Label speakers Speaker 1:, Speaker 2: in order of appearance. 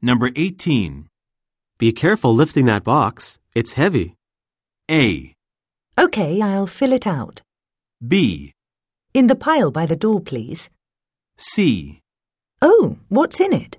Speaker 1: Number 18.
Speaker 2: Be careful lifting that box. It's heavy.
Speaker 1: A.
Speaker 3: OK, I'll fill it out.
Speaker 1: B.
Speaker 3: In the pile by the door, please.
Speaker 1: C.
Speaker 3: Oh, what's in it?